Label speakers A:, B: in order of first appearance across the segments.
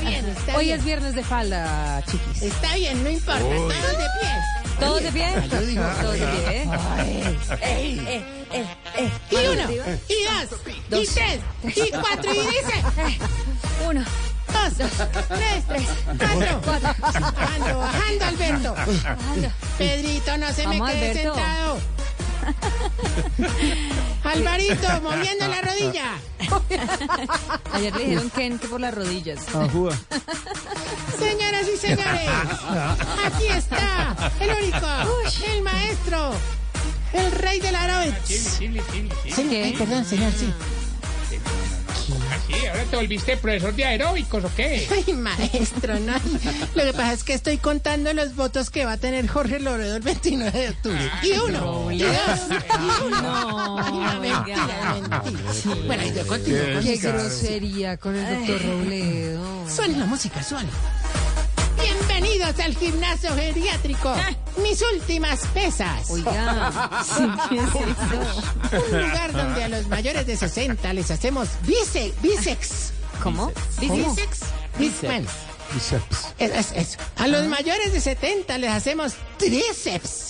A: bien, está
B: Hoy
A: bien.
B: es viernes de falda, chiquis.
A: Está bien, no importa.
C: Uy.
A: Todos de pie.
B: ¿Todos de pie?
D: Ah, Yo digo-
B: Todos de pie. ¿eh?
A: Ey, ey, ey, ey. Y uno, y dos, y tres, y cuatro, y dice.
B: Uno.
A: Dos, tres, tres, cuatro. Bajando, bajando, Alberto. Pedrito, no se
B: Vamos,
A: me quede
B: Alberto.
A: sentado. Alvarito, moviendo la rodilla.
B: Ayer le dijeron Ken que por las rodillas.
D: Oh,
A: Señoras y señores, aquí está el único, el maestro, el rey del aerobics.
D: Sí,
B: ¿Qué?
D: ay, perdón, señor, sí.
C: Sí, ahora te volviste profesor de aeróbicos, ¿o qué?
A: Ay, maestro, no. Lo que pasa es que estoy contando los votos que va a tener Jorge Loredo el 29 de octubre. Y uno, y dos, y uno. Ay, Ah, no, mentira, mentira. Bueno, yo continúo con
B: Qué
A: mis
B: grosería con el doctor Robledo.
A: Suena la música, suena. Bienvenidos al gimnasio geriátrico. Mis últimas pesas.
B: Oiga, sí, ¿qué es eso?
A: Un lugar donde a los mayores de 60 les hacemos bíceps. Bíceps.
B: ¿Cómo? ¿Cómo?
A: Ah. Bíceps. Bíceps. Es, es- eso. A los mayores de 70 les hacemos tríceps.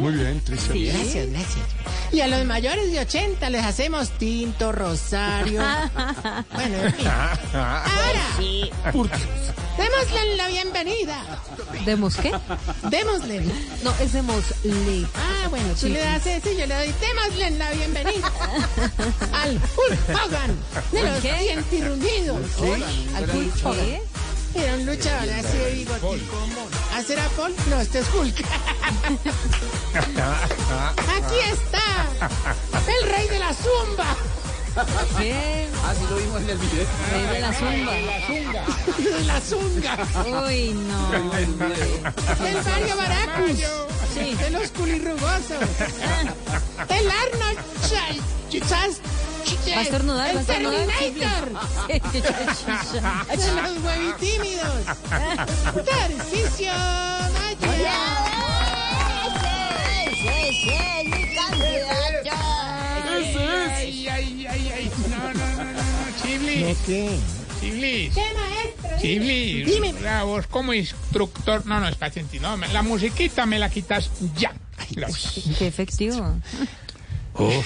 E: Muy bien, triste.
A: Gracias, gracias. Y a los mayores de 80 les hacemos tinto, rosario. bueno, en fin. Ahora, démosle la bienvenida.
B: ¿Demos qué?
A: Démosle.
B: No, es demos le.
A: Ah, bueno, tú le das ese y yo le doy. Démosle la bienvenida al Hulk Hogan de los
B: ¿Qué?
A: cientirrundidos.
B: ¿Al pul- qué?
A: Era un luchador así de bigotico. mono. ¿Ah, será Paul? No, este es Hulk. Aquí está el rey de la zumba.
B: ¿Qué?
D: Ah, sí, lo vimos en el video.
B: Rey de la zumba.
A: de la zunga,
B: Uy, no.
A: del Mario Baracus,
B: Sí.
A: de los culirrugosos, el Arnold Schwar- Schwar-
B: ¿Va a estornudar? ¿Va a
A: el
B: estornudar?
A: Terminator, de los huevitímidos, Tarcicio Maya.
C: Ay, ay, ay, ay. No, no, no, no, no. Chiblis,
D: ¿Qué?
C: chiblis.
A: ¿Qué maestro?
C: Chiblis.
A: Dime.
C: La voz como instructor. No, no, es paciente. No, me- la musiquita me la quitas ya. La-
B: Qué efectivo.
E: Oh,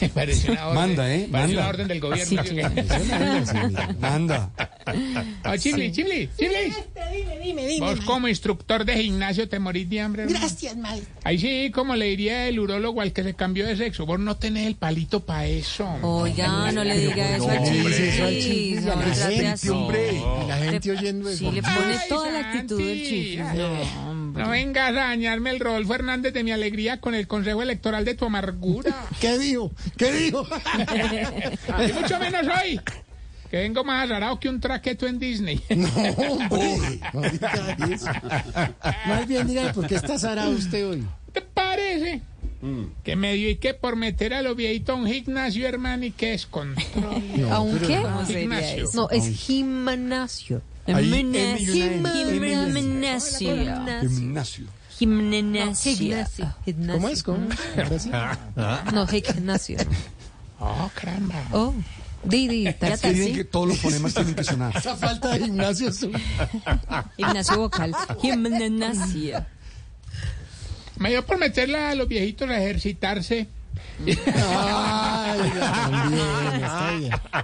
C: Me parece una orden.
E: Manda, ¿eh?
C: Parece
E: Manda.
C: una orden del gobierno.
E: Anda.
C: Ah, chiblis, chiblis, chiblis.
A: Maestro, dime, dime, dime.
C: Vos como instructor de gimnasio te morís de hambre. hermano.
A: Gracias, maestro.
C: Ahí sí, como le diría el urólogo al que se cambió de sexo, vos no tenés el palito para eso.
B: Oh, Oiga, no le diga eso al
E: no,
B: chiquis.
E: hombre.
D: Eso al chiquis,
B: No,
D: al
B: lo trate así.
D: presente, hombre. A La gente
B: Le-
D: oyendo eso.
B: Sí, le pone
C: Ay,
B: toda la actitud del
C: Santi.
B: chiquis.
C: Ay.
B: No, hombre.
C: No vengas a dañarme el Rodolfo Hernández de mi alegría con el consejo electoral de tu amargura.
D: ¿Qué dijo? ¿Qué dijo?
C: y mucho menos hoy, que vengo más azarado que un traqueto en Disney.
D: No, hombre. no diga eso. Más bien, dígale, ¿por qué está zarado usted hoy?
C: ¿Te parece? Que me dio y que por meter a los viejitos a un gimnasio, hermano, y que es con...
B: ¿A un qué?
C: Gimnasio.
B: No, es gimnasio.
E: Ahí, M y una N.
B: Gimnasio.
E: Gimnasio.
B: Gimnasio. Gimnasio.
D: ¿Cómo es? ¿Cómo? es?
B: No, gimnasio.
C: Oh, caramba.
B: Oh, Didi,
E: Es que dicen que todos los fonemas tienen que sonar.
D: Esa falta de gimnasio es un-
B: Gimnasio vocal. Gimnasio.
C: Me dio por meterla a los viejitos a ejercitarse
D: Ay, también,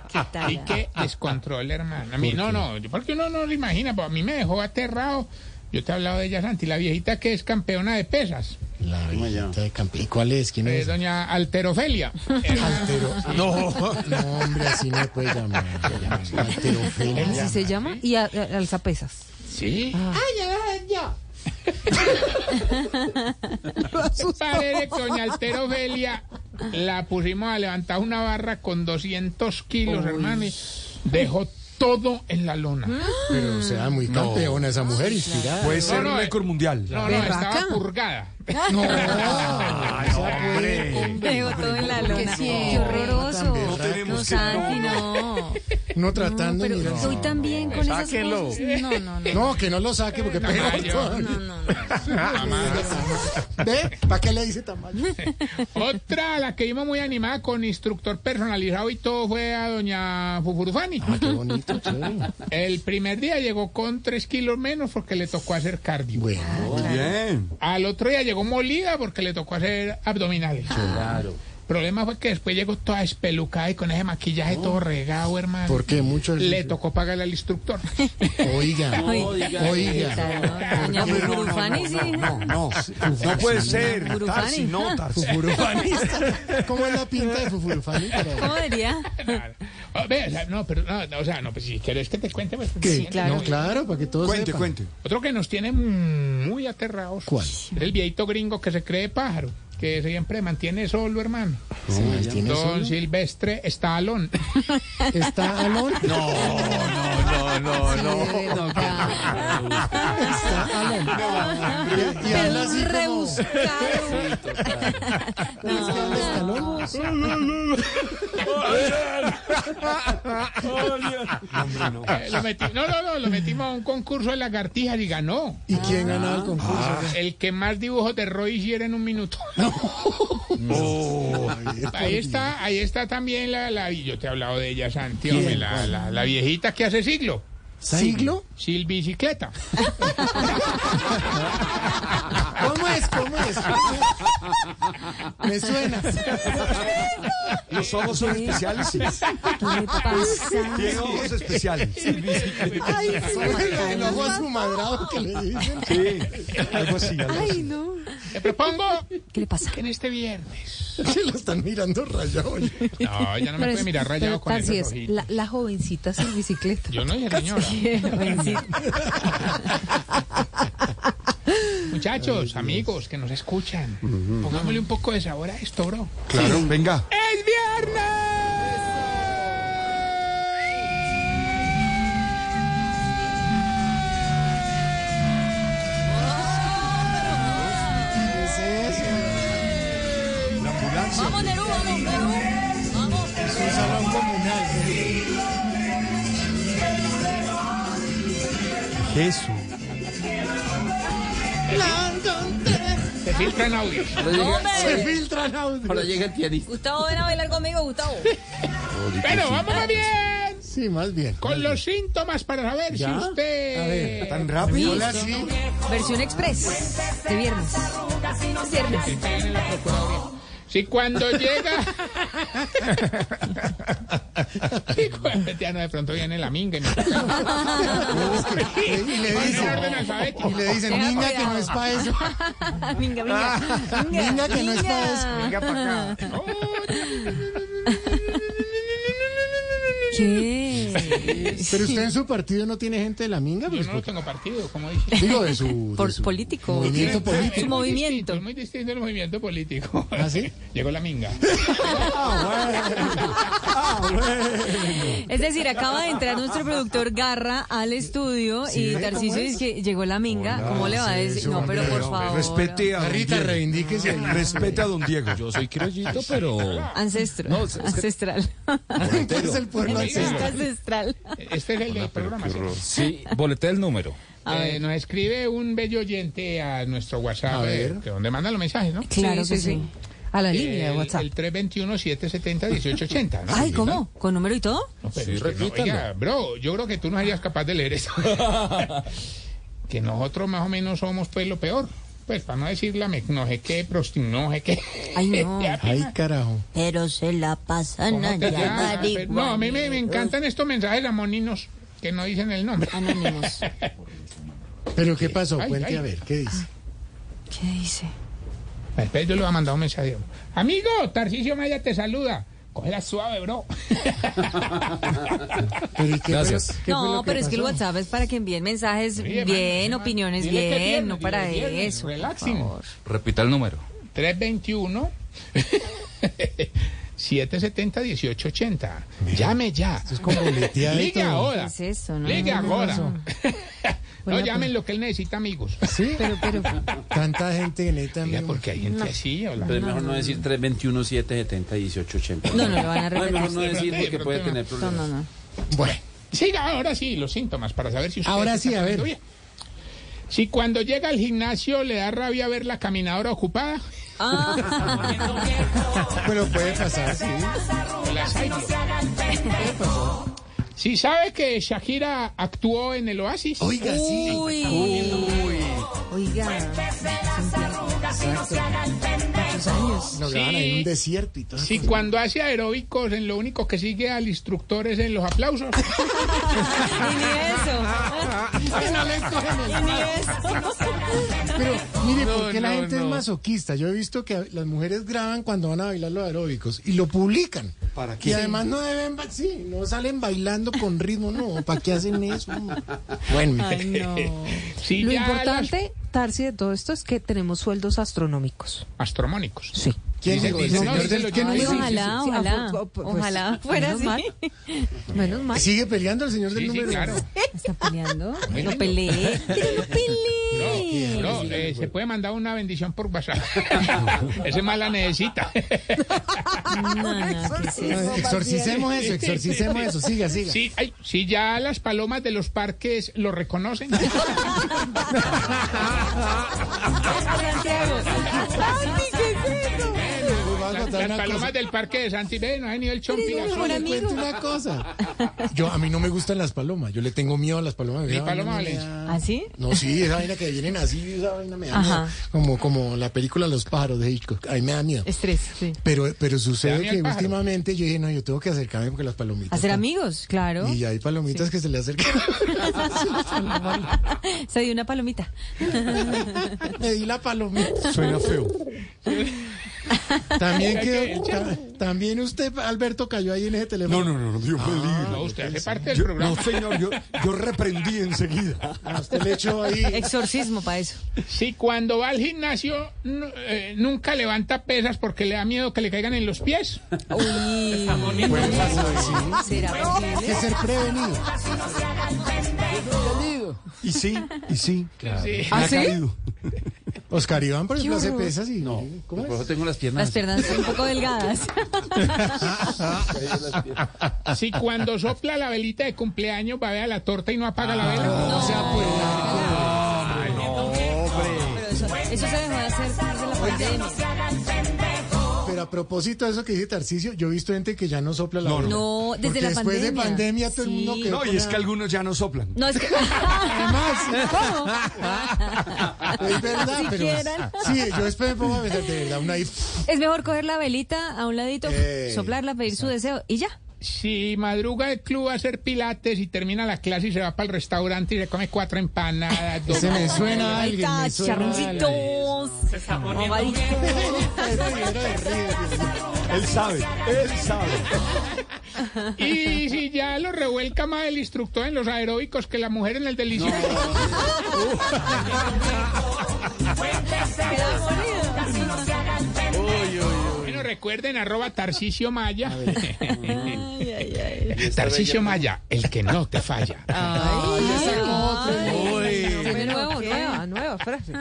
D: está bien.
C: y que descontrol, hermano. A mí, no, no, yo- porque uno no lo imagina, pues a mí me dejó aterrado. Yo te he hablado de ella, Santi, la viejita que es campeona de pesas,
D: La viejita de Campi- ¿Y cuál es? ¿Quién
C: eh,
D: es?
C: doña Alterofelia.
D: Altero. No. No, hombre, así no puede llamar. Alterofilia.
B: ¿Así se llama? Y a- a- alzapesas.
C: Sí.
A: Ay, ay, yo.
C: Parece que doña Alterofelia la pusimos a levantar una barra con 200 kilos, hermano, y dejó todo en la lona.
D: Pero se da muy campeona esa mujer inspirada.
E: Puede ser
C: no,
E: un
C: eh.
E: récord mundial.
C: No, no,
B: Berraca.
C: estaba purgada.
D: No, esa puede-
B: Dejo todo en la
A: Porque
B: lona.
A: siempre-
B: Qué horroroso.
E: No tenemos
B: no, Santi, no.
D: No tratando
B: Pero
D: ni lo-
B: tú también con esas
F: Sáquelo.
B: cosas. No, no, no.
D: No, que no lo saque porque pega
C: yo-
D: todo.
B: No, no, no.
D: ¿Ve? ¿Para qué le dice tan mal?
C: Otra, la que vimos muy animada con instructor personalizado y todo fue a doña Fufurufani.
D: Ah, Qué bonito, chévere.
C: El primer día llegó con tres kilos menos porque le tocó hacer cardio.
D: Bueno,
E: Muy bien.
C: Al otro día llegó molida porque le tocó hacer abdominales.
F: Claro.
C: El problema fue que después llegó toda espelucada y con ese maquillaje todo regado, hermano.
D: porque muchos.
C: Le tocó pagarle al instructor.
D: Oiga, oiga.
B: Claro, Doña Burufani, sí.
E: No, no, no puede ser. Tarsi, no, Tarsi.
D: Fufurufanista. ¿Cómo es la pinta de Fufurufani? Pero-
B: ¿Cómo diría?
C: Claro. O, ve, o sea, no, pero no, no, o sea, no, pues si quieres que te cuente, pues.
D: ¿Qué?
B: Sí, claro.
D: No, claro, para que todos
E: Cuente,
D: sepan.
E: cuente.
C: Otro que nos tiene muy aterrados.
D: ¿Cuál?
C: Es el viejito gringo que se cree pájaro, que siempre mantiene solo, hermano.
D: ¿Se mantiene
C: Don
D: solo?
C: Silvestre está alón.
D: ¿Está Alon? No.
F: No, no, no.
D: Está Alon. Y, y
B: Pero
D: habla así como-
B: rebuscado.
D: ¿Es que habla Stallone?
E: Hombre, no.
C: Eh, lo meti- no, no, no, lo metimos a un concurso de lagartijas y ganó.
D: ¿Y quién ganaba el concurso?
B: Ah.
C: El que más dibujos de Roy hiciera en un minuto. ahí
B: pues,
C: está, ahí está también la, la y yo te he hablado de ella, Santi, hombre, la, la- la viejita que hace siglo.
D: ¿Siglo?
C: Sil bicicleta.
D: ¿Cómo es? ¿Cómo es? Me suena.
E: Los ojos son especiales. sí.
B: ¿Qué le pasa?
E: Tiene ojos especiales.
D: El ojo azumadrado que le dicen.
E: Sí, algo así. algo así.
C: Te propongo
B: ¿Qué le pasa?
C: que en este viernes.
D: Se lo están mirando rayado. oye.
C: No, ya no
B: Pero
C: me puede
B: es-
C: mirar rayado
B: pero
C: con
B: Tarsi
C: ese
B: es
C: rojito.
B: la, la jovencita sin bicicleta.
C: Yo no dije señora. Muchachos, amigos que nos escuchan, pongámosle un poco de sabor a esto, bro.
E: Claro, venga.
C: ¡Es viernes!
D: ¿Qué es eso?
E: La ambulancia.
B: Vamos, Nerú, vamos, Nerú. Vamos.
D: Es un salón comunal. ¿eh?
E: Jesús.
C: Se filtran audios.
F: Ahora llega,
D: Se filtran audios.
F: ahora llega el pianista.
B: Gustavo, ven a bailar conmigo, Gustavo.
C: Pero vámonos bien
D: Sí, más bien.
C: con los síntomas para saber
D: ¿Ya?
C: si usted...
D: A ver,
E: Tan rápido. Hola,
B: Listo.
E: sí.
B: Versión express de viernes. Viernes.
C: Tiene la procuraduría. Si cuando llega... Si cuando- ya no, de pronto viene la minga y me...
D: Y le
C: En orden
D: dicen,
C: alfabético.
D: y le dicen,
B: Tenga
D: niña que no
B: cuidado.
D: es para eso.
B: Minga, minga.
D: Minga, que no es
B: minga.
D: para eso.
E: Venga para acá.
B: ¿Qué?
D: Pero usted en su partido no tiene gente de la minga,
C: Yo
D: pues,
C: no lo
D: porque-
C: tengo partido, como dije.
D: digo, de su, de
B: Por
D: su
B: político.
D: movimiento
B: Tiene-
D: político.
C: Es muy
B: Movimiento.
C: distinto, Es muy distinto el movimiento político.
D: ¿Ah, sí?
C: Llegó la minga.
B: Es decir, acaba de entrar nuestro productor Garra al estudio y Tarcisio dice que llegó la minga. ¿Cómo le va a decir? No, pero por favor.
E: Respete a don
D: Rita,
E: Diego.
D: reivindíquese.
E: Respete a don Diego.
F: Yo soy criollito, pero.
B: Ancestro. ancestral.
D: Entonces el pueblo
B: Ancestro
D: ancestral.
B: ancestral.
C: Este es el del programa. ¿sí?
F: Sí, boleté el número.
B: A
C: Eh,
B: ver.
C: nos escribe un bello oyente a nuestro WhatsApp,
D: A
C: eh,
D: ver.
C: que donde mandan los mensajes, ¿no?
B: Claro que sí. A la línea
C: el,
B: de WhatsApp.
C: El 321-770-1880, ¿no?
B: Ay, ¿cómo? ¿Con número y todo?
C: No, pero
F: Sí,
C: es que no,
F: repítalo.
C: oiga, bro, yo creo que tú no serías capaz de leer eso. que nosotros más o menos somos pues lo peor. Pues para no decir la me, no sé qué, prostin, no sé qué.
B: Ay, no.
C: Ya,
D: Ay, carajo.
G: Pero se la pasan
C: ¿cómo te
G: allá,
C: llamas?
G: marihuana.
C: No, a mí me, me encantan estos mensajes amoninos que no dicen el nombre.
B: Anónimos.
D: ¿Pero qué pasó?
C: Ay,
D: Cuente
C: ay.
D: a ver, ¿qué dice?
B: ¿Qué dice?
C: Espera, Pues, yo le voy a mandar un mensaje. Amigo, Tarcisio Maya te saluda. Cógela suave, bro.
D: Pero, ¿y qué
F: Gracias.
D: fue lo- qué fue
B: No,
D: lo
B: pero es que el
D: pasó?
B: WhatsApp es para que envíen mensajes
C: Oye,
B: bien,
C: man,
B: opiniones
C: dile que
B: bien,
C: viernes,
B: no para
C: dile viernes,
B: eso. por
C: relaxing.
B: favor.
F: Repita el número.
C: 321 770 1880. Llame ya.
D: Es como boletear y
C: Ligue
D: todo.
C: ahora.
B: ¿Qué es eso? No,
C: Ligue
B: no, no, no,
C: ahora.
B: no.
C: No llamen lo que él necesita, amigos.
D: Sí. Pero, pero. Tanta gente que necesita
C: Mira,
D: amigos.
C: porque hay gente así, hola.
H: Pero es mejor no decir 321 770 1880.
B: No, no, lo van a
H: No, es mejor no
B: repetir.
H: decir porque puede tener
B: No, no,
H: problemas.
B: no.
D: Bueno.
C: Siga ahora sí los síntomas para saber si usted
D: Ahora
C: se
D: sí,
C: está
D: a ver.
C: poniendo bien. Si cuando llega al gimnasio le da rabia ver la caminadora ocupada,
D: Pero puede pasar, sí.
C: o la cyclo. Si sabe que Shakira actuó en el Oasis.
D: Oiga, sí.
B: Uy. Oiga.
D: Nos graban ahí en un desierto y todo.
C: Si cuando hace aeróbicos en lo único que sigue al instructor es en los aplausos.
B: Y ni eso.
D: no le cogen el
B: Y ni eso.
D: Pero mire,
C: No,
D: porque la
C: no,
D: gente
C: no.
D: es masoquista. Yo he visto que las mujeres graban cuando van a bailar los aeróbicos y lo publican.
E: ¿Para
D: Y
E: qué?
D: además no deben, ba- sí, no salen bailando con ritmo, no. ¿Para qué hacen eso? Bueno,
B: Ay, no.
C: Si
I: Lo
C: ya las-
I: importante, Tarsi, de todo esto es que tenemos sueldos astronómicos.
C: Astronómicos.
I: Sí.
D: ¿quién
C: Dice-
D: dijo? ¿El
C: dice-
D: señor
C: no, dice
D: del
C: lo-
D: qué no
B: Ay,
C: sí, sí,
B: ojalá,
I: sí.
B: ojalá.
I: Ah, pues, pues,
B: Ojalá
I: pues,
B: fuera
I: menos mal.
B: así.
I: Menos mal.
D: ¿Sigue peleando el señor del
C: Sí, sí,
D: número?
C: claro.
B: ¿Está peleando?
C: Muy
B: No
C: lindo.
B: peleé. Pero no peleé.
C: No, no, eh, se puede mandar una bendición por WhatsApp. Ese más la necesita.
B: No, no, ¿qué es eso?
D: No, Ah, Exorcicemos eso, exorcicemos eso. Siga, siga.
C: Sí, ay, sí, ya las palomas de los parques lo reconocen.
B: Santiago. Santi, ¿qué es eso?
D: Vamos a contar
C: las
D: una cosa.
C: palomas del parque de Santi, ven, no hay nivel
B: Eres mi
C: chompiga.
B: mejor
D: Le cuento
B: amigo.
D: una cosa. Yo, a mí no me gustan las palomas. Yo le tengo miedo a las palomas.
C: Ni
D: Ay,
C: paloma
D: no,
C: Valencia.
D: no, no.
B: ¿Así?
D: No, sí, esa vaina que vienen así, esa vaina me da
B: Ajá.
D: miedo. Como, como la película Los pájaros de Hitchcock, ahí me da miedo.
B: Estrés, sí.
D: Pero, pero
C: ¿Te da
D: sucede
C: miedo el
D: que
C: pájaro?
D: últimamente yo dije, no, yo tengo que acercarme porque las palomitas.
B: Hacer amigos, claro.
D: Y hay palomitas que se le acercan.
B: Se dio una palomita.
D: Me di la palomita.
E: Suena feo.
D: También quedó, ta- también usted, Alberto, cayó ahí en ese
E: No,
D: teléfono.
E: no, no, no, Dios me libre.
F: Ah,
C: No, usted hace parte del
E: Yo-
C: programa.
E: no, señor, yo, yo reprendí enseguida.
D: A usted le echó ahí.
B: Exorcismo para eso.
C: Si cuando va al gimnasio n- eh, nunca levanta pesas porque le da miedo que le caigan en los pies.
B: Uy. ¿Será posible?
D: Hay que ser prevenido.
E: Y sí, y sí.
C: Sí.
E: Me ha caído.
D: Oscar Iván, por ejemplo, hace pesas y.
H: No,
D: ¿Cómo
H: por eso
D: es?
H: tengo las piernas.
B: Las piernas un poco delgadas.
C: Si cuando sopla la velita de cumpleaños va a ver a la torta y no apaga la vela.
D: Ah, O sea, pues.
B: Pero eso, eso se dejó de hacer desde la pandemia.
D: Pero a propósito de eso que dice Tarcicio, yo he visto gente que ya no sopla la
E: No, no.
D: vela.
B: No, desde
D: Porque
B: la
D: después
B: pandemia.
D: de pandemia todo el mundo
B: Sí.
D: quedó
E: No,
D: con
E: y es
D: la-
E: que algunos ya no soplan.
B: No, es que.
D: Es verdad,
B: Si
D: pero
B: quieran.
D: sí, yo después me pongo a pensar de verdad una ahí,
B: Es mejor coger la velita a un ladito,
D: Eh,
B: soplarla, pedir su deseo y ya.
C: Si madruga el club a hacer pilates y termina la clase y se va para el restaurante y se come cuatro empanadas, dos
D: se me suena a alguien, me
B: Ay,
D: suena a alguien.
B: Ah, charroncitos. Ahogaditos.
E: Él sabe, él sabe.
C: Y si ya lo revuelca más el instructor en los aeróbicos que la mujer en el delicioso.
B: Queda molido.
C: Bueno, recuerden, arroba Tarcicio Maya.
B: Ay, ay, ay.
C: Tarcicio Maya, el que no te falla.
B: Pero nuevo, nueva.
I: Nueva, nueva frase.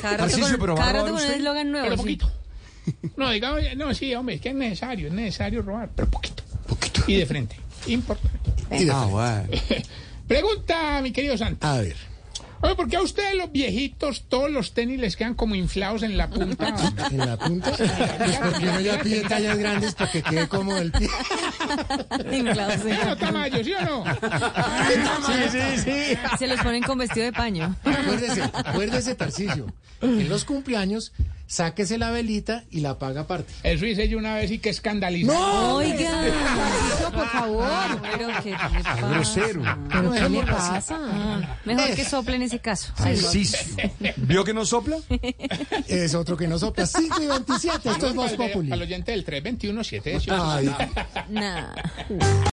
B: Cada rato
E: Tarcisio,
B: con
E: pero va a
B: cada rato
E: robar
B: con un
E: usted.
B: eslogan nuevo.
C: Pero
B: sí.
C: poquito. No, digamos, no, sí, hombre, es que es necesario, es necesario robar, pero poquito.
E: Poquito.
C: Y de frente. Importante.
D: y de-
E: Ah, bueno.
C: Pregunta, mi querido Santi.
D: A ver,
C: Oye, ¿por qué a ustedes los viejitos todos los tenis les quedan como inflados en la punta?
D: en la punta, pues porque uno ya pide tallas grandes para que quede como el pie.
B: Inflados, sí.
C: Bueno, Tamayo, ¿sí o no?
B: Se los ponen con vestido de paño.
D: Acuérdese, acuérdese, Tarcicio, en los cumpleaños, sáquese la velita y la paga aparte.
C: Eso hice yo una vez y que escandalizado.
B: Oiga.
I: por favor.
B: Pero qué le pasa.
E: Grosero.
I: ¿Pero qué le
D: dejémoslo así.
I: pasa?
B: Mejor que sople en ese caso.
E: Tarcisio. ¿Vio que no sopla?
D: Es otro que no sopla. 5 y 27, esto es Voz
C: Al, al
D: Populi.
C: oyente del 321 7
D: Ay.
B: Nah.